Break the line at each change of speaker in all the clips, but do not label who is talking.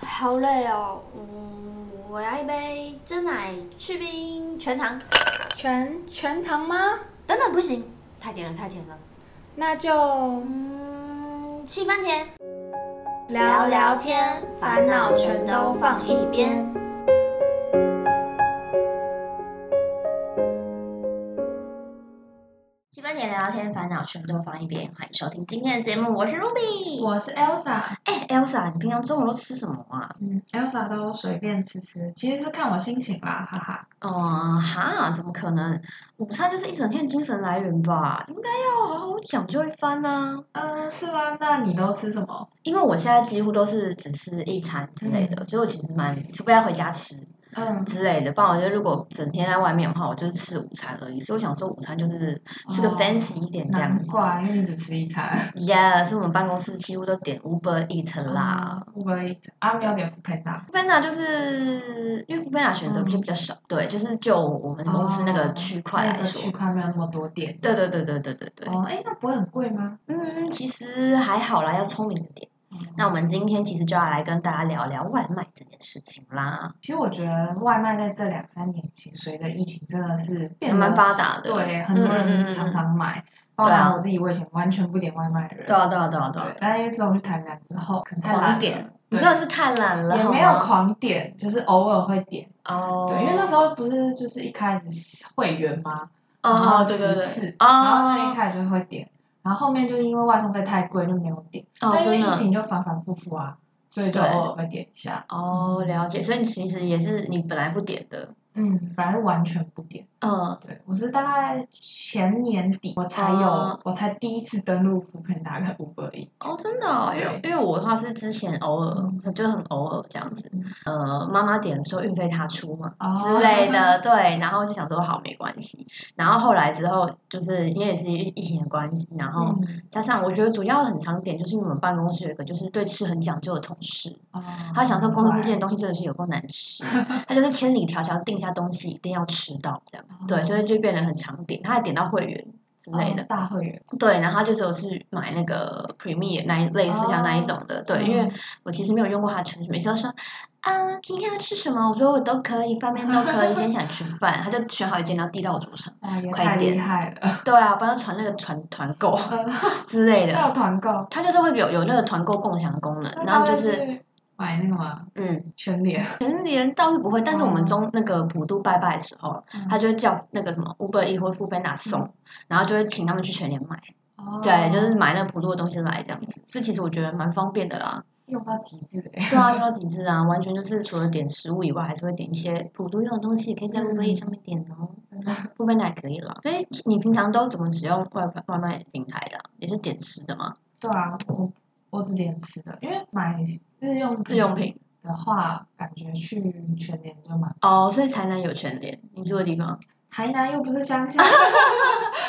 好累哦，嗯，我要一杯真奶去冰全糖。
全全糖吗？
等等，不行，太甜了，太甜了。
那就
嗯，七分甜。
聊聊天，烦恼全都放一边。
七分甜聊聊天，烦恼全都放一边。欢迎收听今天的节目，我是 Ruby。
我是 Elsa，
哎，Elsa，你平常中午都吃什么啊？
嗯，Elsa 都随便吃吃，其实是看我心情啦，哈哈。
哦，哈，怎么可能？午餐就是一整天的精神来源吧，应该要好好讲究一番啊。
嗯，是吗？那你都吃什么？
因为我现在几乎都是只吃一餐之类的，所以我其实蛮，除非要回家吃
嗯，
之类的，不然我觉得如果整天在外面的话，我就是吃午餐而已。所以我想说，午餐就是吃个
哦
fancy 一点这样
难
子。
怪，因为你只吃一餐。
Yeah，所以我们办公室几乎都点 Uber Eat 啦。
嗯，Uber Eat，啊，没有点 f o o Panda。
Foodpanda 就是因为 Foodpanda 选择就比较少，对，就是就我们公司那个
嗯哦
区块
那
来
个
说，
区块没有那么多店。
对对对对对对对，
哦，哎，那不会很贵吗？
嗯，其实还好啦，要聪明一点。那我们今天其实就要来跟大家聊聊外卖这件事情啦，
其实我觉得外卖在这两三年前，随着疫情真的是
也
变得
蛮发达的。
对，很多
嗯嗯嗯
人
嗯
常常买，包
对啊
含我自己，我以前完全不点外卖的人。
对啊，对啊，对啊，对啊
对，，但是因为自从去台南之后，可能太
狂
懒了
点你
对
真的是太懒了，
也
好
没有
吗
狂点，就是偶尔会点。
哦，
对，因为那时候不是就是一开始会员吗？
哦
然后
对对对
十次，然后那一
啊，
开始就会点，然后后面就是因为外送费太贵就没有点，
哦
但因为
真的
疫情就反反复复啊，所以就
对
偶尔会点一下。
哦，了解，所以你其实也是你本来不点的，
嗯，本来是完全不点。
嗯，
对，我是大概前年底我才有，
哦
我才第一次登录福肯达跟五百亿。
哦，真的哦，因为因为我的话是之前偶尔，就很偶尔这样子，呃，妈妈点的时候运费她出嘛
哦
之类的，对，然后就想说好没关系，然后后来之后就是因为也是疫疫情的关系，然后
嗯，
加上我觉得主要很常点就是因为我们办公室有一个就是对吃很讲究的同事，
哦
他想说公司之间的东西真的是有够难吃，他就是千里迢迢订一下东西一定要吃到这样，对，所以就变得很常点，他还点到会员之类的
哦，大会员，
对，然后他就只有是买那个 Premier 那一类似像那一种
哦
的，对，因
嗯
为我其实没有用过他的程序，每次都说啊今天要吃什么，我说我都可以，方便都可以，今天想吃饭，他就选好一件然后递到我桌上，
哇也
快
太
点
厉害了，
对啊，不然就传那个团团购
嗯
之类
还有
的，
团购。
他就是会有有那个团购共享功能，
那
然后
他
就
会
是
去买那个吗？
嗯。
全脸，
全联倒是不会，但是我们
哦嗯
中那个普渡拜拜的时候，他就会叫那个什么 Uber E 或 f o o p a n d a 送，然后就会请他们去全联买，
哦
对，就是买那个普渡的东西来这样子，所以其实我觉得蛮方便的啦。
用到极致哎、
对啊，用到极致啊，完全就是除了点食物以外，还是会点一些普渡用的东西，也可以在 Uber E 上面点哦
嗯
f o o p a n d a 也可以了。所以你平常都怎么使用外外卖平台的啊？也是点吃的吗？
对啊，我我只点吃的，因为买日用
日用品
的话，感觉去全年就买。
哦，所以台南有全联，你住的地方，
台南又不是乡 下，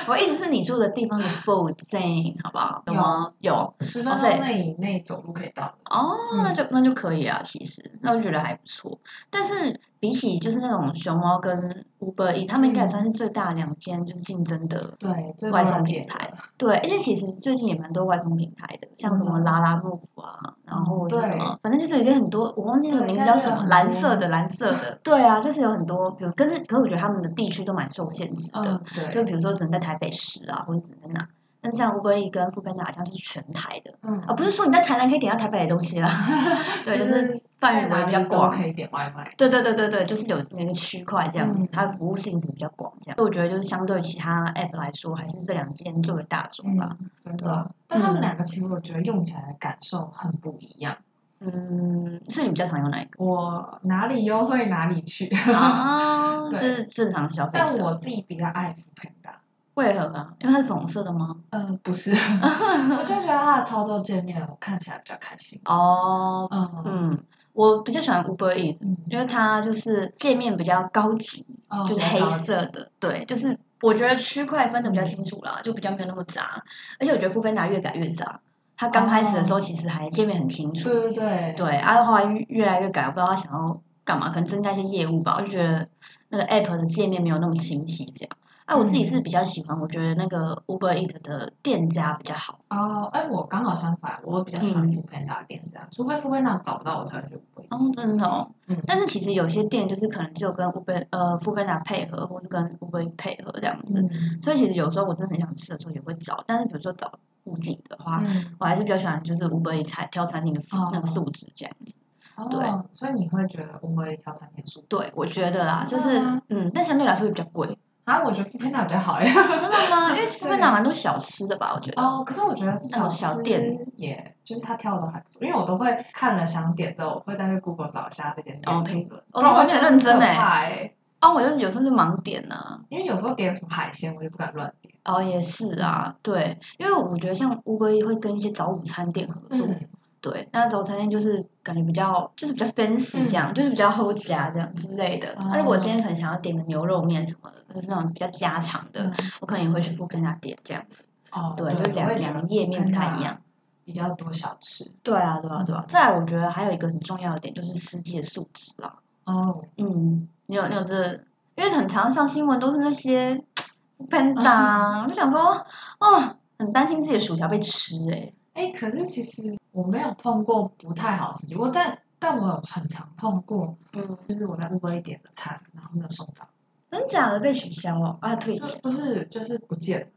我一直是你住的地方的附近，好不好？有啊吗？有。
十分
所以
钟内以内走路可以到的。
哦，
嗯
那就那就可以啊，其实那我觉得还不错。但是比起就是那种熊猫跟 Uber E，他们应该也算是最大两间就是竞争的
对，最多
外
人
送平
点
台。对，而且其实最近也蛮多外送平台的，像什么
嗯
拉拉 move 啊，然后是什么，反正就是有些很多，我忘记那个
对
名字
现
叫
在
什
有
么，
很
蓝
多
色的蓝色 的。对啊，就是有很多，比如可是可是我觉得他们的地区都蛮受限制的，
嗯，
就
对，
比如说只能在台北市啊，或者只能在哪。但是像 Uber E 跟 f o o p a n d a 好像是全台的。
嗯
啊，不是说你在台南可以点到台北的东西啦， 对，就
就是
范围比较
在哪里
广
都。可以点外卖。
对对对对对，就是有那个区块这样子，
嗯
它的服务性质比较广，这样。所以我觉得就是相对其他 app 来说，还是这两间最为大众吧。
嗯，真
对啊
的。但他
嗯
们两个其实我觉得用起来的感受很不一样。
嗯，是你比较常用哪一个？
我哪里优惠哪里去，
啊，这
对
是正常消费
但
者。
我自己比较爱 f o o Panda。
为何啊？因为它是粉红色的吗？
嗯，不是，我就觉得它的操作界面我看起来比较开心。
哦，
嗯
嗯，我比较喜欢 Uber E，
嗯，
因为它就是界面比较高级，
哦
就是黑色的，对，就是我觉得区块分的比较清楚啦，就比较没有那么杂，而且我觉得富贝达越改越杂，它刚开始的时候其实还界面很清楚，
对对对，
对，啊后来越越来越改，我不知道他想要干嘛，可能增加一些业务吧，我就觉得那个 app 的界面没有那么清晰这样。啊，我自己是比较喜欢，我觉得那个 Uber Eat 的店家比较好。
哦，哎，我刚好相反，我比较喜欢
嗯
f o o Panda 店这样，除非 f o o Panda 找不到我才会去 Uber
哦，真的哦。
嗯，
但是其实有些店就是可能只有跟 Uber 呃 f o o p a n d a 配合，或是跟 Uber 配合这样子。
嗯
所以其实有时候我真的很想吃的时候也会找，但是比如说找附近的话，
嗯，
我还是比较喜欢就是 Uber 餐挑餐厅的
哦
那个素质这样子。
哦，
对
所以你会觉得我会挑餐点数
对，我觉得啦，就是
嗯
嗯，但相对来说会比较贵。
啊？我觉得副片那比较好耶。
真的吗？因为
对
富边拿蛮多小吃的吧，我觉得。
哦，可是我觉得至
那种
少
小
吃
店
也就是他挑的都还不错，因为我都会看了想点的，我会再去 Google 找一下这间
哦
店
评
论，
哦
不然我
你很
觉得
认真
很可
欸
怕欸
哦，我就是有时候就盲点呢、
因为有时候点什么海鲜，我就不敢乱点。
哦，也是啊，对，因为我觉得像 Uber Eats 会跟一些早午餐店合作，
嗯，
对，那早午餐店就是感觉比较就是比较 fancy 这样，就是比较厚夹这样之类的。那、如果今天可能想要点个牛肉面什么的，就是那种比较家常的，
嗯
我可能也会去富边那点这样子。
哦，
对，就
我
是两
也觉
两
得
页面不太一
Foodpanda
样。
比较多小吃。
对啊，对啊，对啊。再来，我觉得还有一个很重要的点就是司机的素质啦。
哦，
嗯，你有你有这，因为很常上新闻都是那些
啊
panda，我就想说，哦，很担心自己的薯条被吃哎、
哎，可是其实我没有碰过不太好吃，我但但我有很常碰过，
嗯，
就是我在 Uber 一点的餐，然后没有送到，
真假的被取消哦，啊退
就
钱。
不是就是不见了。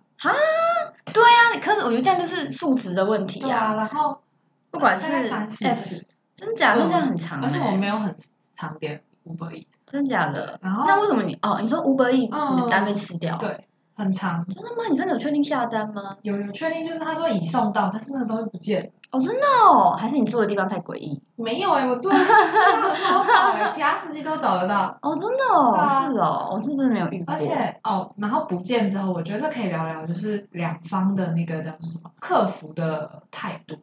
对啊，可是我觉得这样就是素质的问题
对
啊，
啊，然后
不管
大概
是
三四
F，
次
真假的
嗯
这样很长、欸，
而且我没有很常点 Uber Eats，
真假的。
然后
那为什么你哦？你说五百亿，你的
嗯
单被吃掉？
对，很常
真的吗？你真的有确定下单吗？
有有确定就是他说已送到，但是那个东西不见了。
哦，真的哦，还是你住的地方太诡异？
没有哎、我 做的好好哎、其他司机都找得到，
哦，真的哦，
对啊
是哦，我是真的没有遇过。
而且哦，然后不见之后，我觉得这可以聊聊，就是两方的那个叫什么客服的态度。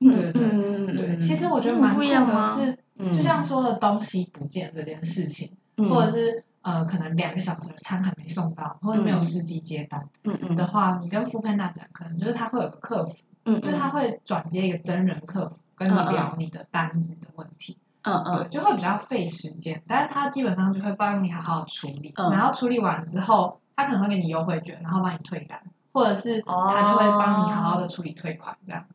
对对对
嗯嗯
对，
嗯
其实我觉得
嗯
蛮
不
酷
一样
的
吗？
是，
嗯
就像说的东西不见这件事情，
嗯
或者是呃，可能两个小时的餐还没送到，或者没有司机接单
嗯嗯
的话，你跟副佩娜讲，可能就是他会有个客服，
嗯，
就是他会转接一个真人客服跟你
嗯嗯
聊你的单子的问题。
嗯嗯
对，就会比较费时间，但是他基本上就会帮你好好处理，
嗯
然后处理完之后，他可能会给你优惠券，然后帮你退单，或者是
哦
他就会帮你好好的处理退款这样。
嗯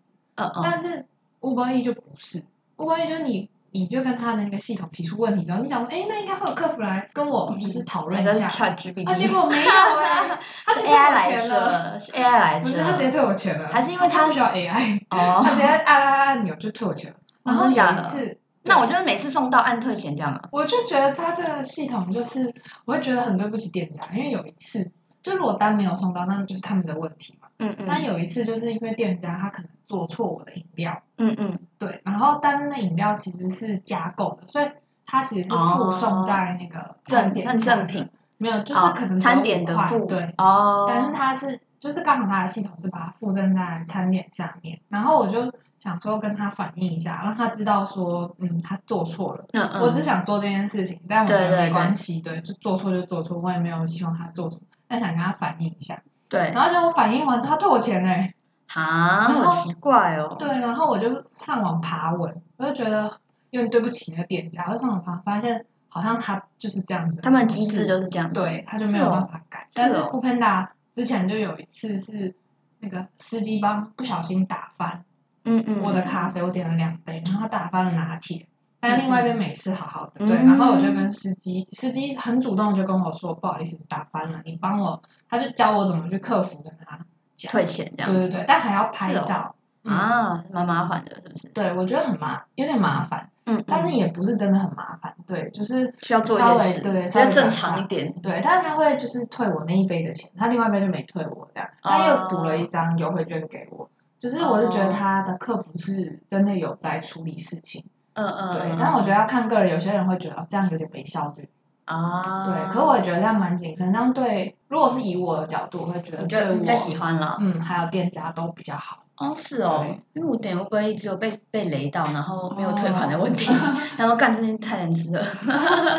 嗯，
但是 Uber E 就不是，Uber E 就是你。你就跟他的那个系统提出问题之后，你想说，哎，那应该会有客服来跟我就是讨论一下，
Chat
啊，结
GPT
果没有哎，他
是 AI
直接退我
来
钱了，
着，是 AI 来
我觉得他直
着，
接退我钱了，
还是因为
他
他
不需要 AI，
哦
他，直接按按按按钮就退我钱了。然后有
真假
一
的
次，
那我就是每次送到按退钱这样啊，
我就觉得他这个系统就是，我会觉得很对不起店家，因为有一次，就如果单没有送到，那就是他们的问题嘛。
嗯
但
嗯
有一次，就是因为店家他可能做错我的饮料，
嗯嗯，
对，然后但是那饮料其实是加购的，所以它其实是
哦
附送在那个餐
正
点
算
上
正品，
没有，就是
哦
可能只有
餐点的
5块
付
对，
哦，
但是它是就是刚好它的系统是把它附赠在餐点下面，然后我就想说跟他反映一下，让他知道说，嗯，他做错了。
嗯嗯，
我只想做这件事情，但我觉
对对
得
对
没关系，对，就做错就做错，我也没有希望他做什么，但想跟他反映一下。
对，啊
然后就我反映完之后，他退我钱嘞，
哈，好奇怪哦，
对，然后我就上网爬文，我就觉得有点对不起那个店家，我就上网爬，发现好像他就是这样子，
他们机制就是这样，，
对，他就没有办法改。但是
是哦
f o o p a n d a 之前就有一次是那个司机帮不小心打翻
嗯嗯，
我的咖啡，我点了两杯，然后他打翻了拿铁，但另外一杯美式好好的，
嗯
对，然后我就跟司机，司机很主动就跟我说，不好意思，打翻了，你帮我，他就教我怎么去克服跟他讲，
退钱这
对
样子
对对，但还要拍
是哦
照，嗯，
啊，蛮麻烦的，是不是？
对我觉得很麻，有点麻烦，
嗯，
但
嗯
是也不是真的很麻烦，对，就是
需要做一件
稍微
事，
对
比
稍微
较正
转
常
发
一点，
对，但是他会就是退我那一杯的钱，他另外一杯就没退我
哦
这样，他又补了一张优惠券给我。就是我就觉
哦
得他的客服是真的有在处理事情，
嗯嗯，
对，
嗯
但我觉得要看个人，有些人会觉得哦这样有点没效率，
啊，
对，可是我也觉得这样蛮谨慎，这样对，如果是以我的角度，我会觉得
你
对
就
我
比较喜欢啦。
嗯，还有店家都比较好，
哦，是哦
对，
因为我点 u b e 只有被被雷到，然后没有退款的问题，
哦
然后干这件太难吃 了。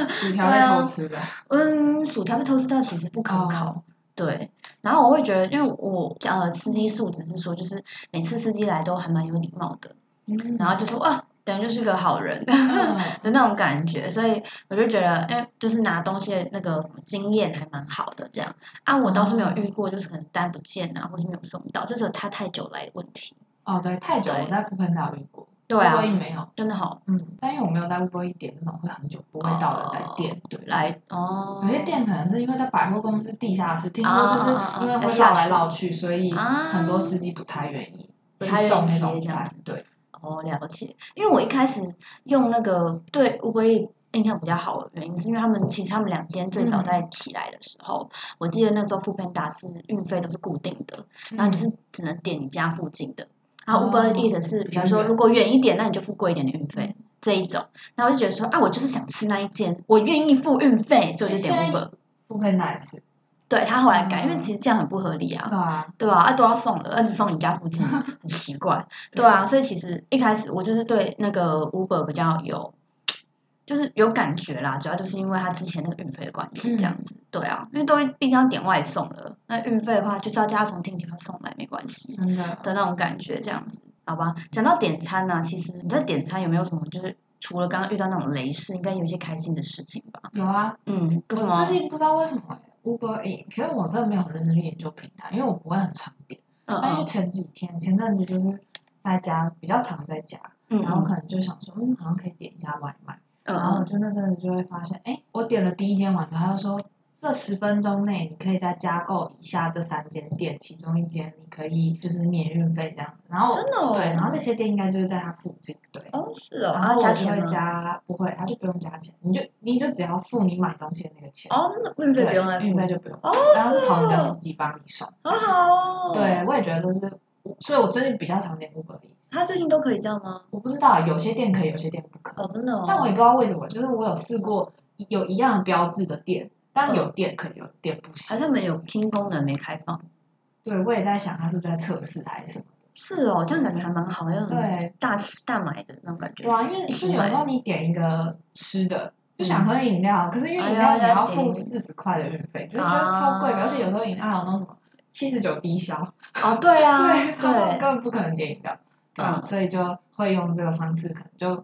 薯条在偷 吃的，
嗯，薯条被偷吃掉其实不可靠。
哦
对，然后我会觉得，因为我呃司机素质是说，就是每次司机来都还蛮有礼貌的，
嗯
然后就说哇，等于就是个好人
嗯
的那种感觉，所以我就觉得，哎，就是拿东西的那个什么经验还蛮好的这样。啊，我倒是没有遇过，就是可能单不见啊，或是没有送到，这是他太久来的问题。
哦对，太久
对
我在福喷岛遇过，
对啊
Uber Eats 没有，
真的好
嗯，但因为我没有在 Uber Eats 点那种会很久不会到的在店，对，
来哦，
有些店可能是因为在百货公司地下室，听
啊
说就
啊啊
是因为
要
会
下
绕来
去
绕去，所以
啊
很多司机不太愿意
不
去
太愿
送
意
那
接
种
这样子
餐，对，
哦，了解。因为我一开始用那个对乌龟印象比较好的原因，是因为他们其实他们两间最早
嗯
在起来的时候，我记得那时候富平达是运费都是固定的，然
嗯
后你就是只能点你家附近的。然后
哦
Uber Eat 是，
比
比
较
如说
远
如果远一点，那你就付贵一点的运费这一种。然后我就觉得说啊，我就是想吃那一间，我愿意付运费，所以我就点
现在
Uber。
不会难吃，
对他后来改，因为
嗯
其实这样很不合理啊
对。啊，
对啊，啊都要送的，而且送你家 附近，很奇怪。对啊，所以其实一开始我就是对那个 Uber 比较有，就是有感觉啦，主要就是因为它之前那个运费的关系，这样子。对啊，因为都毕竟要点外送了，那运费的话就是要叫他从订铁上送来，没关系
真的，
的那种感觉，这样子，好吧？讲到点餐呢、其实你在点餐有没有什么就是？除了刚刚遇到那种雷事，应该有一些开心的事情吧？
有啊，
嗯，
我
什么？
最近不知道为什么 Uber E，可是我真的没有很认真去研究平台，因为我不会很常点。
嗯
但因为
嗯
前几天前阵子就是在家比较常在家，
嗯，
然后可能就想说，嗯，好像可以点一下外卖。
嗯
然后我
嗯
就那阵子就会发现，哎，我点了第一间完之后，他就说这十分钟内你可以再加购以下这三间店，其中一间你可以就是免运费这样子。然后
真的哦
对，然后那些店应该就是在他附近，对。
哦是哦，然
然后
后加
我就
钱
会
吗？
加，不会，他就不用加钱，你就你就只要付你买东西的那个钱，
哦，真的运费
对，嗯
不用再付
运费就不用，
哦
然后
是
是同一个
哦
司机帮你送。
好好哦。，
对，我也觉得这是，所以我最近比较常点 Uber E。
他最近都可以这样吗？
我不知道有些店可以，有些店不可，
哦，真的哦。
但我也不知道为什么，就是我有试过有一样标志的店，但有店嗯可以，有店不
好
行。
像没有新功能没开放。
对，我也在想他是不是在测试还是什么。
是哦，这样感觉还蛮好，像
对
大吃大买的那种感觉。
对啊，因为
一
就
起
有时
买
候你点一个吃的，就想喝饮料，啊可是因为饮
哎呀
料你要
要
付
点
四十块的运费，就是觉得超贵的，
啊
而且有时候饮料还有那种什么七十九低消，
哦，对啊，
对，他们根本不可能点饮料，对啊
嗯
所以就会用这个方式，可能就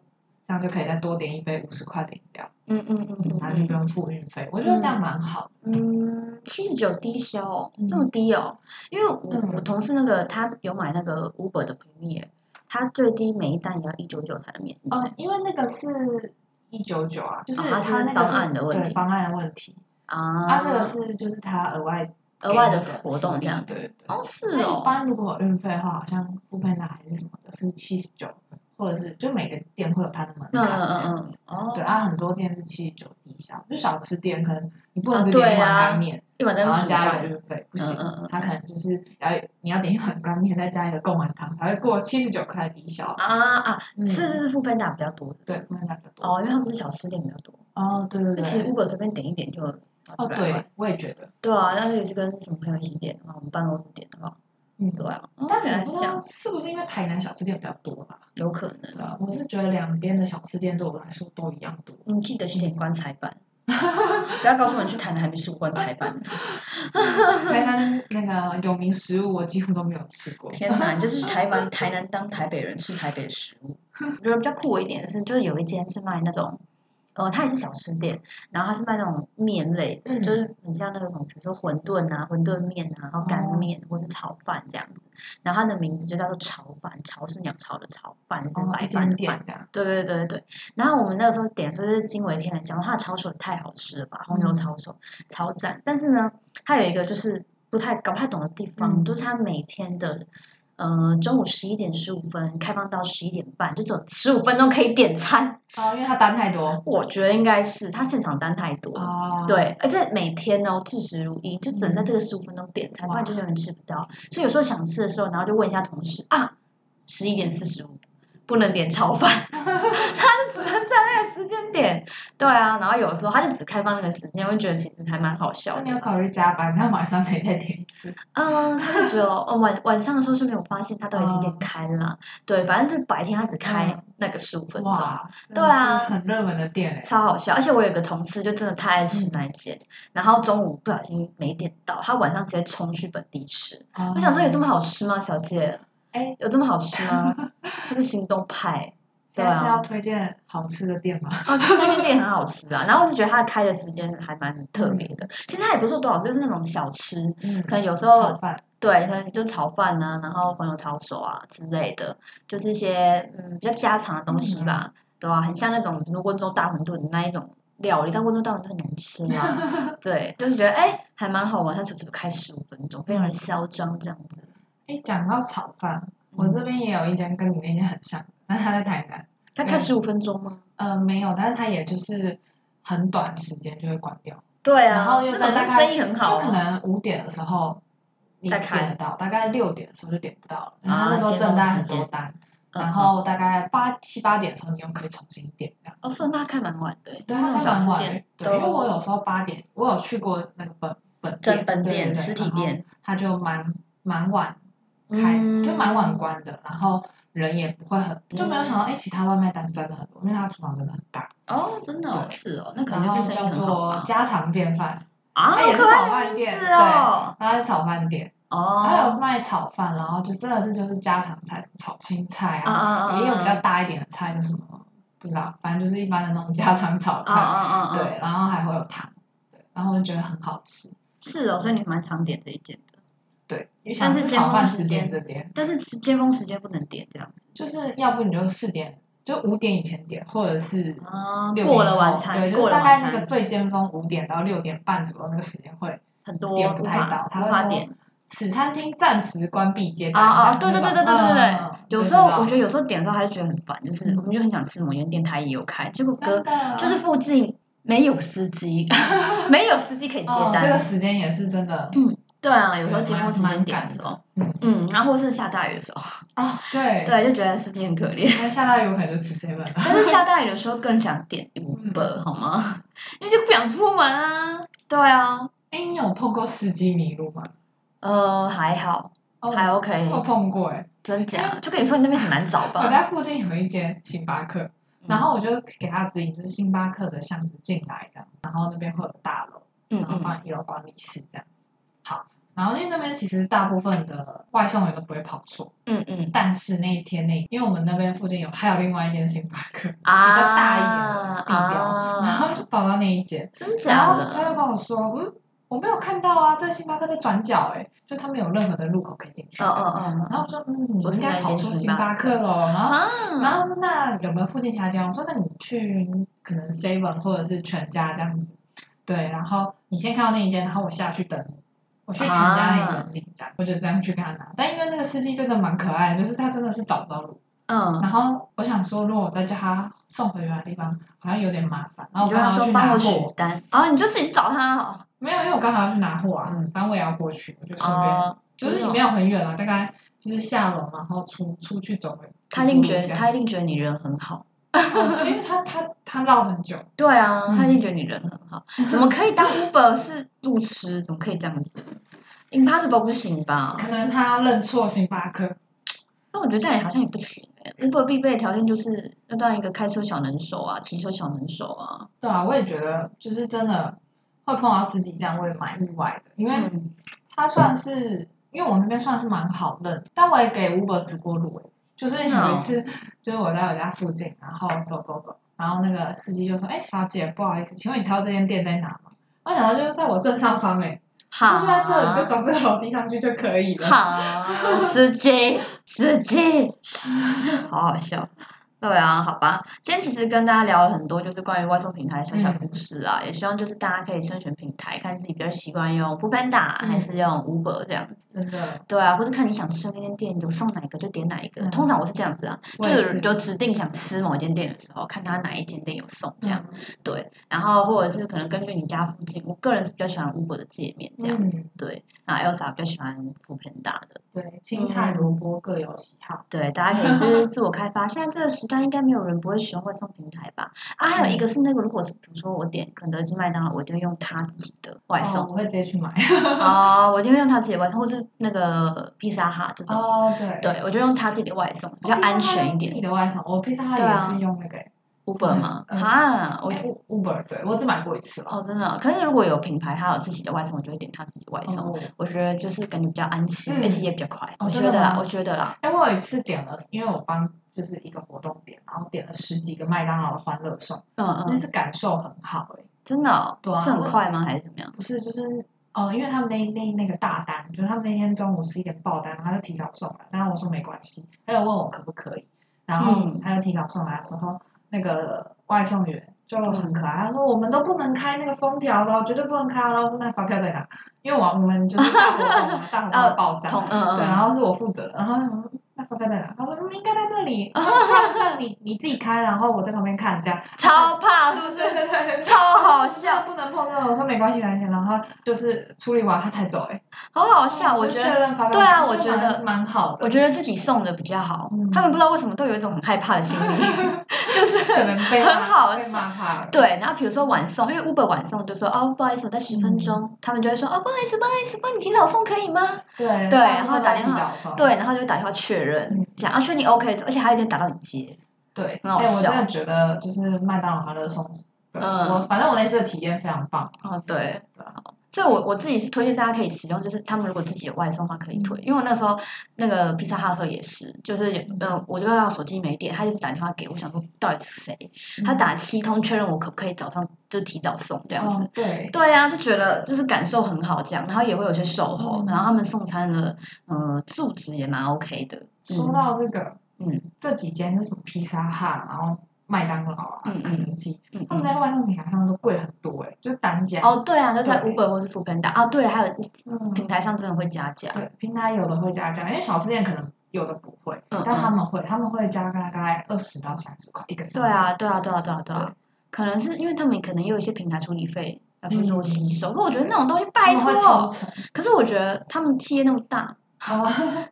这样就可以再多点一杯五十块的饮料，
嗯嗯嗯
然后就
嗯
不用付运费，我觉得这样蛮好的。
嗯，七十九低消哦
嗯，
这么低哦？因为我
嗯
我同事那个他有买那个 Uber 的 Premier，他最低每一单也要一九九才能免运。
哦，因为那个是一九九啊，就是
哦它是
它那个是
方案的问题
对方案的问题，
啊
它这个是就是它额外
额外的
给你
活动
福利
这样子。
对对。
哦，是
那一
哦。
般如果有运费的话，好像富佩达还是什么的，是七十九，或者是就每个店会有它的门
嗯
槛
嗯
这
嗯
样
嗯
子。。
哦。
对啊，很多店是七十九以下，就小吃店可能你不能
啊
只点
对
一碗
啊
干面，
一碗
然
单
后
十
加一
块
个。运费，不
嗯
行。
嗯嗯
它可能就是要你要点一碗干面，再加一个贡丸汤，才会过七十九块的低消。
啊啊，
嗯
是是是，富班达比较多。
对，富佩达比较多。
哦，因为他们是小吃店比较多。
哦，对对
那其实
对。
Uber 随便点一点就几
哦，
百
对
块。，
我也觉得。
对啊，但是也是跟什么朋友一起点的话，我们办公室点的话，
嗯，
对。啊。
但
原来
我
是
不
这
知道
样，
是不是因为台南小吃店比较多吧？
有可
对啊
能。，
我是觉得两边的小吃店对我来说都一样 多。
你记得去点棺材 板，不要告诉我你去谈还没吃过棺材板。
台南那个有名食物我几乎都没有吃过。
天哪，你就是去台 湾台南当台北人吃台北食物。我觉得比较酷一点的是，就是有一间是卖那种，呃，它也是小吃店，然后它是卖那种面类的，
嗯
就是很像那个什么，比如说馄饨啊、馄饨面啊，然
哦
后干面、或是炒饭这样子。然后它的名字就叫做炒饭，潮是鸟巢的潮，饭是
哦，
白
一
饭
间
的饭。
店这样。
对对对对，然后我们那个时候点的时候就是惊为天人，讲它的抄手也太好吃了吧，红油
嗯
抄手超赞。但是呢，它有一个就是不太搞不太懂的地方，
嗯
就是它每天的呃中午十一点十五分开放到十一点半，就只有十五分钟可以点餐。
哦，因为它单太多。
我觉得应该是它现场单太多了，
哦。。嗯
对，而且每天哦，至时如一，就只能在这个十五分钟点餐，不然就永远吃不到。所以有时候想吃的时候，然后就问一下同事啊，十一点四十五不能点炒饭， 他就只能在那个时间点。对啊，然后有时候他就只开放那个时间，我就觉得其实还蛮好笑
那你
的。
要考虑加班，那晚上可以再点一次。
嗯，他就只有哦晚晚上的时候是没有发现他都已经点
哦
开了，对，反正就是白天他只开
嗯
那个十五分钟。
哇，真的
对啊
是很热门的店哎。
超好笑，而且我有个同事就真的太爱吃那一间，然后中午不小心没点到，他晚上直接冲去本地吃。我想说有这
么
么好吃吗，小姐？
哎，
有这么好吃吗？他是行动派，对
现在是嗯要
啊，
推荐好吃的店吗？
哦，那间店很好吃啊。然后我是觉得它开的时间还蛮特别的，其实它也不是说多少，就是那种小吃，
嗯，
可能有时
炒
候
饭，
对，可能就炒饭啊，然后红油抄手啊之类的，就是一些嗯比较家常的东西吧，
嗯
对啊，很像那种温州大馄饨的那一种料理，但温州大馄饨很难吃 啊，对，就是觉得哎、还蛮好玩，它只只开十五分钟，非常的
嗯
嚣张这样子。
哎，讲到炒饭，
嗯
我这边也有一间跟你那间很像，但它在台南，
它开十五分钟吗？
呃，没有，但是它也就是很短时间就会关掉，
对啊
然后又
那
在
种
大概
生意很好
就可
啊，
能五点的时候你
再
点
开
得到，大概六点的时候就点不到了，因为
啊
它那时候
接单
正单
时
很多
间
单，
嗯
然后大概八七八点的时候你又可以重新点这样。
哦，是哦那开蛮晚的欸，
对，
那种
它开
小
蛮
吃
晚的
店，
对，因为我
都
有时候八点，我有去过那个本本
在
店，
本
对
店
对对
实体，
然后
店
它就蛮蛮晚开，就
嗯
蛮晚关的，然后人也不会很，就没有想到哎，诶其他外卖单真的很多，因为它厨房真的很大，
哦，真的哦
对
是哦，那可
然
能
后
就是生意
叫
很好
做
吧
家常便饭，
啊，
它
好
也是
可爱
炒
的
饭店，
名字
对，
哦，
它是炒饭店，它有
哦，
卖炒饭，然后就真的是就是家常菜，什么炒青菜
啊
啊，
啊啊，
也有比较
啊
大一点的菜，就什么不知道，反正就是一般的那种家常炒
啊
菜。
啊啊，
对，然后还会有糖，对，然后我就觉得很好吃，
是哦，所以你蛮常点这一间的，
对，因为
但
想
是
吃
尖
炒
峰
饭
时
时间
间
这边，
但是吃尖峰时间不能点这样子
就是要不你就四点，就五点以前点，或者是
啊，
6
过了
点
晚
后
餐，
对，就
过
是
了
大
晚
概那个
餐
最尖峰五点到六点半左右那个时间会，
很多
点不
无
太
法
到他
无
会
法
说
点
此餐厅暂时关闭接待。
啊啊，
这
对
样
对对对
那
对
种
对对
嗯嗯嗯，
有
对
时
知
候
道
我觉得有时候点的时候还是觉得很烦，就是
嗯
我们就很想吃某间店，它也有开，结果隔
真的
就是附近没有司 机，没有司机可以接
哦，这个
单。
时间也是真的
对啊，有时候
对
经过
蛮
时间
蛮
点
赶
的时候，
嗯
嗯，然后或是下大雨的时候，
哦，对，
对，就觉得司机很可怜。
因为下大雨我可能就吃 seven 了。
但是下大雨的时候更想点
嗯
Uber 好吗？ 因为就不想出门啊。对啊，
哎，你有碰过司机迷路吗？
呃，还好，
哦
还
我
OK，
碰过哎，
真假？就跟你说，你那边很难找
我
吧？
家附近有一间星巴克，
嗯
然后我就给他指引，就是星巴克的巷子进来这样，然后那边会有个大楼，
嗯
然后
嗯嗯，
放一楼管理室这样。好，然后因为那边其实大部分的外送员都不会跑错，
嗯嗯
但是那一天那，因为我们那边附近有还有另外一间星巴克，
啊，
比较大一点的地标，然
啊，
后就跑到那一间，
真
然
假
后他就
的？
跟我说，嗯，我没有看到啊，这星巴克在转角哎、欸就他没有任何的入口可以进去这
哦
样。
哦哦，
然后我说，嗯，你
不是
应该
那
跑
间
出
星
星
巴
巴
克
克了。然后，然
啊，
后说那有没有附近其他地方？我说那你去可能 Seven 或者是全家这样子。对，然后你先看到那一间，然后我下去等你，我去全家
啊
那里等你，这样、我就这样去跟他拿。但因为那个司机真的蛮可爱的，就是他真的是找不到路。
嗯，
然后我想说，如果我再叫他送回原来的地方，好像有点麻烦。然
哦嗯你
后我
就
刚
跟他
好要
说
去
帮
拿
我取
货，
单，啊，你就自己去找他哦。
没有，因为我刚好要去拿货啊，
嗯
反正我也要过去，我就顺便
哦，
就是也没有很远啊，大概就是下楼，然后出出去走回。
他一定觉得
这样
他一定觉得你人很好。
哦 对因为他他他绕很久，
对啊，
嗯
他一定觉得你人很好，怎么可以当 Uber 是路痴？怎么可以这样子？Impossible 不行吧？
可能他认错星巴克。
但我觉得这样也好像也不行哎、Uber 必备的条件就是要当一个开车小能手啊，骑车小能手啊。
对啊，我也觉得就是真的会碰到司机这样，我也蛮意外的，因为
嗯，
他算是、因为我那边算是蛮好认，但我也给 Uber 指过路、欸、就是有一次
嗯
就是我在我家附近，然后走走走，然后那个司机就说：“哎、小姐，不好意思，请问你知道这间店在哪吗？”我想到就是在我正上方哎、欸，
好，啊
就在这里，啊就走这个楼梯上去就可以了。
好，司机，司机， 好好笑。对啊，好吧，今天其实跟大家聊了很多，就是关于外送平台的小小
嗯
故事啊，也希望就是大家可以甄选平台，看自己比较习惯用 f o o Panda
嗯
还是用 Uber 这样子。
真的，
对啊，或者看你想吃的那间店有送哪一个就点哪一个。
嗯
通常我是这样子啊，
我
就
也
有
是
人就指定想吃某间店的时候，看他哪一间店有送这
这
样。
样
对，然后或者是可能根据你家附近，我个人是比较喜欢 Uber 的界面这样。
嗯，
对，那 Elsa 比较喜欢 f o o Panda 的。
对，青菜萝卜各有喜好。
对，大家可以就是自我开发。现在这个时代，应该没有人不会使用外送平台吧？啊，还
嗯
有一个是那个，如果是比如说我点肯德基、麦当劳，我一定会用他自己的外
哦
送
我会直接去买。
啊、我一定会用他自己的外送，或是那个披萨哈这种。
哦，对，
对，我就用他自己的外送，比较
哦
安全一
披萨它用自
点
己。的外送，我披萨它
对
也
啊
是用那个欸，
Uber 吗？
嗯
哈，我
我 Uber，对我只买过一次了。
哦，真的哦，可是如果有品牌，它有自己的外送，我就会点它自己外送。
哦
我觉得就是感觉比较安心，
嗯
而且也比较快。
哦
我觉
真的
得啦，
吗
我觉得啦，
哎，我有一次点了，因为我帮就是一个活动点，然后点了十几个麦当劳的欢乐颂，
嗯
那
嗯，
是感受很好哎、
真的哦、
对啊
是很快吗？还是怎么样？
不是就是哦，因为他们那那那个大单，就是他们那天中午十一点爆单，他就提早送来，然后我说没关系，他就问我可不可以，然后
嗯
他就提早送来的时候，那个外送员就很
嗯
可爱，他说我们都不能开那个封条的哦，绝对不能开哦，然后我说那发票在哪？因为我我们就是大活动嘛，大活动会 爆炸，
同嗯嗯，
对，然啊后是我负责，然后他说嗯那发票在哪？他说嗯应该在那里， 然后放上你你自己开，然后我在旁边看这样，
超怕，
对对对对对。
超好
那
笑，
不能碰这个，我说没关系，没关系。然后他就是处理完他才走、欸，
好好
哎，
笑，我觉
确
得。
认发票
对啊
就
我觉
蛮
得
蛮好的，
我觉得自己送的比较好，
嗯
他们不知道为什么都有一种很害怕的心 理， 就是
可能被骂
很好
被骂怕了，
对，然后比如说晚送，因为 Uber 晚送就说哦，不好意思，我在十分钟，
嗯
他们就会说哦，不好意思，不好意思，帮你提早送可以吗？
对
对
大
然
部
后
分
打
都
电
提
话
早收
对，然后就会打电话确认
嗯，
讲啊，确定 OK，而且还有一点打到你接，
对，
很好
哎，我
笑
真的觉得就是麦当劳欢乐颂，对
嗯
我反正我那次的体验非常棒，
哦，对
对啊。
这我我自己是推荐大家可以使用，就是他们如果自己有外送的话可以推，因为我那时候那个披萨哈特也是，就是嗯、呃，我就让手机没电，他就是打电话给我，想说到底是谁，他打七通确认我可不可以早上就提早送这
这
样子，，
哦对，
对啊，就觉得就是感受很好，这样，然后也会有些售后，
嗯
然后他们送餐的呃素质也蛮 OK 的。
说
嗯
到这个，
嗯
这几间就是什么披萨哈，然后麦当劳啊，
嗯嗯
肯德基，
嗯
他
嗯。
们在外送平台上都贵很多，哎，就是单价，
哦，对啊，就在
对
Uber 或是 f o o p a n d a 啊，对，还有
嗯
平台上真的会加价。
对，平台有的会加价，因为小吃店可能有的不会，
嗯
但他
嗯
们会，他们会加大概二十到三十块一个。
对，啊，对啊，对啊，对啊，对啊。可能是因为他们可能也有一些平台处理费呃要去做吸收，可我觉得那种东西
嗯他
拜
们会抽
托，
成。
可是我觉得他们企业那么大，
哦，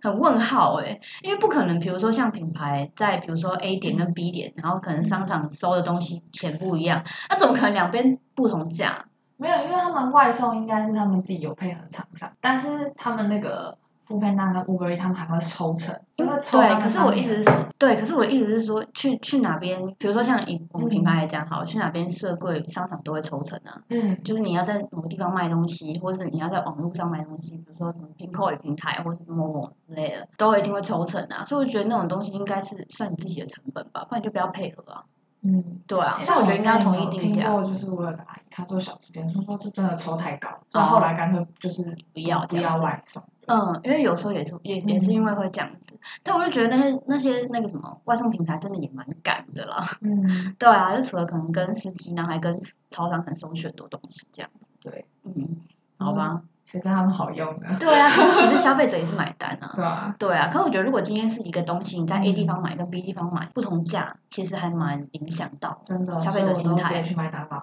很问号哎、因为不可能，比如说像品牌在比如说 A 点跟 B 点，然后可
嗯
能商场收的东西钱不一样，那怎么可能两边不同价？
没有，因为他们外送应该是他们自己有配合厂商，但是他们那个 f o o p a n d a 跟 Uber Eats 他们还会抽成，因为抽他
对，
们
可是
上
我
面
一直是对，可是我一直是说去去哪边，比如说像以我们品牌来讲好，去哪边设柜商场都会抽成啊，
嗯
就是你要在某个地方卖东西，或是你要在网络上卖东西，比如说什么 Pinkoi 平台或是某某之类的，都一定会抽成啊，所以我觉得那种东西应该是算你自己的成本吧，不然就不要配合啊。
嗯。
对啊，
诶
所以我觉得
之
应该要
前
统
有
一定价
听。过就是我有个阿姨，她做小吃店，她说这真的抽太高，所以后来干脆就是
嗯不要
不
这样
要
子
外送。
嗯，因为有时候也是也也是因为会这样子，但我就觉得那些那些那个什么外送平台真的也蛮赶的啦。
嗯，
对啊，就除了可能跟司机，然后还跟超商可能收取很多东西这样子。
对，
嗯，好吧。
谁叫他们好用呢？
对啊，可是其实消费者也是买单啊。
对啊，
对啊，可我觉得如果今天是一个东西，你在 A
嗯
地方买跟 B 地方买不同价，其实还蛮影响到。
真的，
消费者心
所以我都
态
直接去麦当劳。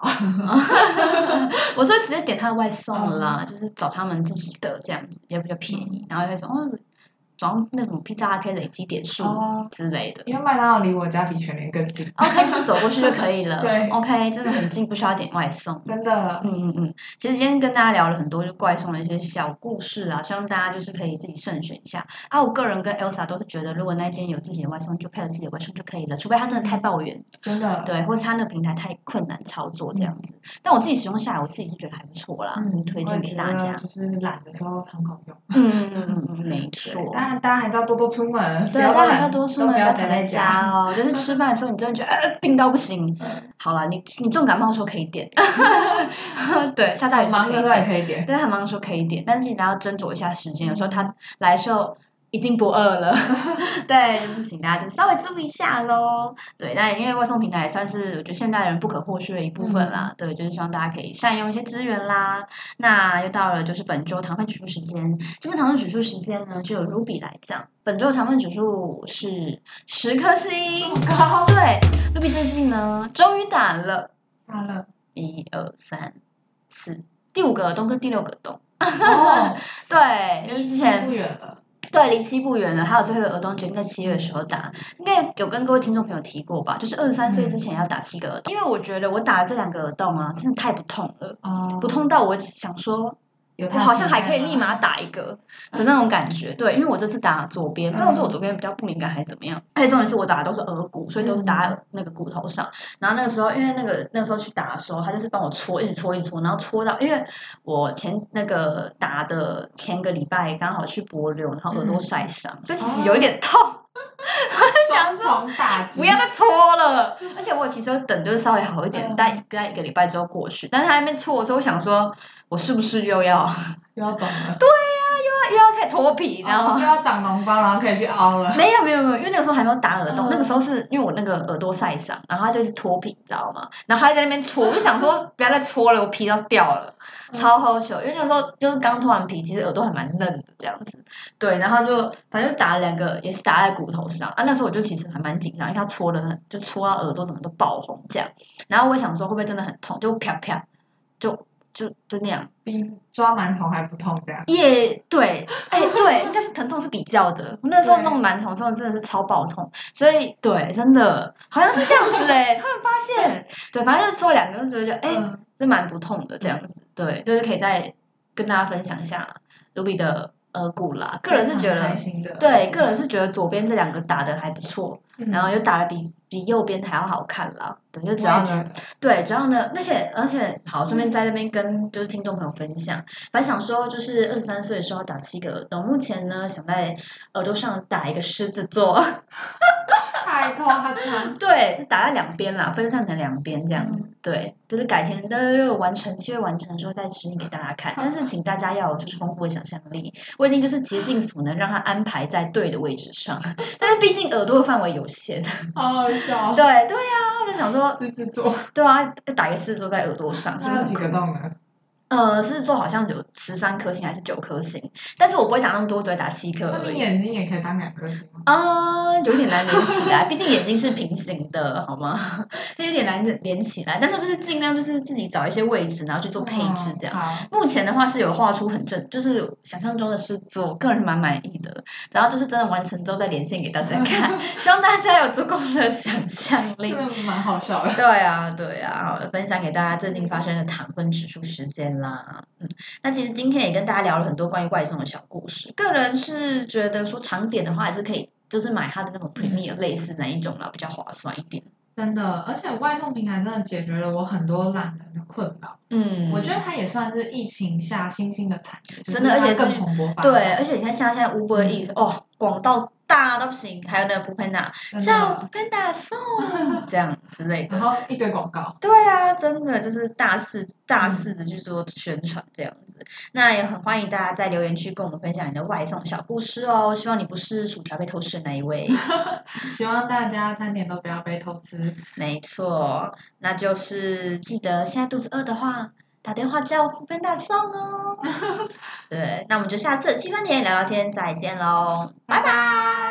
我是直接点他的外送了
嗯
啦，就是找他们自己的这样子，也比较便宜。然后再说哦，装那什么披萨还可以累积点数
哦
之类的。
因为麦当劳离我家比全联更近，
OK，就是走过去就可以了。
对
，OK，真的很近，不需要点外 送。
真的。
嗯嗯嗯，其实今天跟大家聊了很多就怪送的一些小故事啊，希望大家就是可以自己慎选一下。啊，我个人跟 Elsa 都是觉得，如果那间有自己的外送，就配合自己的外送就可以了，除非他真的
嗯
太抱怨，
真的，
对，或是他那个平台太困难操作这样子。但我自己使用下来，我自己是觉得还不错啦，
嗯，
推荐给大
我也
家
觉得。就是懒的时候很好用。
嗯嗯嗯嗯，嗯没错。
当然，大家还是要多多出门，不
对，大
要
家还是要
懒
多出
都
门，
不
不
要
要
宅
宅
在
在
家。
家哦。就是吃饭的时候，你真的觉得呃病到不行
嗯。
好了，你你重感冒的时候可以 点，对，下大雨
很
时候
忙
可
的
以
时候也
点，
可以 点。
对，很忙的时候可以点，但是你要斟酌一下时间。有时候他来的时候已经不饿了， 对，就是请大家就是稍微注意一下喽。对，那因为外送平台也算是我觉得现代人不可或缺的一部分
嗯
啦。对，就是希望大家可以善用一些资源啦。那又到了就是本周糖分指数时间，这边糖分指数时间呢，就由 Ruby 来讲。本周的糖分指数是十颗
这
星
么。高，
对，Ruby 最近呢，终于打了
大 了。
一二三四第五个洞跟第六个洞。
哦，
对，就是之前
不远了。
对，离期不远了，还有最后一个儿童决定在七月的时候打，应该有跟各位听众朋友提过吧？就是二十三岁之
嗯
前要打七个耳洞，因为我觉得我打了这两个耳洞啊，真的太不痛了，
哦，
不痛到我想说，
有
我
它的期待吗，
好像还可以立马打一个的那种感觉。对，因为我这次打左边，不知道是我左边比较不敏感还是怎么样，而且重点是我打的都是额骨，所以都是打在那个骨头上。然后那个时候，因为那个那时候去打的时候，他就是帮我搓，一直搓，一直搓，然后搓到，因为我前那嗯哦个打的前个礼拜刚好去柏流，然后耳朵晒伤，所以其实有一点痛。
双重打击，
不要再搓了。而且我其实等就是稍微好一点，
嗯
待待一个礼拜之后过去，但是他在那边搓的时候，我想说，我是不是又要
又要肿了，
又要开始脱皮，然后
哦又要长脓包，然后可以去 凹了。
没有没有没有，因为那个时候还没有打耳洞，
嗯
那个时候是因为我那个耳朵晒伤，然后他就是脱皮，你知道吗？然后他在那边搓，我就想 说不要再搓了，我皮要掉了，
嗯
超好笑。因为那个时候就是刚脱完皮，其实耳朵还蛮嫩的这样子。对，然后就反正就打了两个，也是打在骨头上啊。那时候我就其实还蛮紧张，因为他搓的就搓到耳朵整个都爆红这样。然后我也想说会不会真的很痛，就啪啪，就就就那样。
比抓螨虫还不痛这样。
也对，哎、对，应该是疼痛是比较的。我那时候
对
弄螨虫的时候真的是超爆痛，所以对，真的好像是这样子哎、 突然发现，对，反正就是搓两个就觉得哎、
嗯
是蛮不痛的这样子，对，就是可以再跟大家分享一下卢比的耳骨啦。个人是觉
蛮
得
开，心的，
对，个人是觉得左边这两个打的还不错，
嗯，
然后又打的比比右边还要好看啦，对，就
我
只要
也觉 得
对，主要呢，而且而且好，顺便在那边跟就是听众朋友分享，本来想说就是二十三岁的时候要打七个耳洞，目前呢想在耳朵上打一个狮子座，
太夸张。
对，打在两边啦，分散成两边这样子，对，就是改天的完成七月完成的时候再指引给大家看，但是请大家要有就是丰富的想象力，我已经就是竭尽所能让它安排在对的位置上， 但是毕竟耳朵的范围有限，
好好笑。
对对呀、我就想说，
狮子 座，
对啊，打一个狮子座在耳朵上，是不
那
是
有
很
几
酷
个洞啊呢？
呃，狮子座好像有十三颗星还是九颗星，但是我不会打那么多，只会打七颗
那
而
你
已。
眼睛也可以当两颗星吗？
啊、有点难连起来，毕竟眼睛是平行的，好吗？ 它有点难连起来，但是就是尽量就是自己找一些位置，然后去做配置这样。
样。好
目前的话是有画出很正，就是想象中的狮子座，我个人蛮满意的。然后就是真的完成之后再连线给大家看， 希望大家有足够的想象力
真。的蛮好笑的。
对啊，对啊，好了，分享给大家最近发生的糖分指数时间啦。嗯，那其实今天也跟大家聊了很多关于外送的小故事。个人是觉得说长点的话，还是可以，就是买它的那种 Premier 类似那一种啦，比较划算一点。
真的，而且外送平台真的解决了我很多懒人的困扰。
嗯
我觉得它也算是疫情下新兴的产业，就是
真的而且
它更
是
蓬勃发展。
对，而且你看像现在 Uber Eats，哦，广到大到不行，还有那个 f o o Panda，
真的
叫 f o o Panda 送这样之类
然
的。
后一堆广告，
对啊，真的就是大肆大肆的去做宣传这样子，那也很欢迎大家在留言区跟我们分享你的外送小故事哦。希望你不是薯条被偷吃的那一位。
希望大家餐点都不要被偷吃。
没错，那就是记得现在肚子饿的话，打电话叫福分大送哦。对，那我们就下次七分甜聊聊天再见喽，拜拜。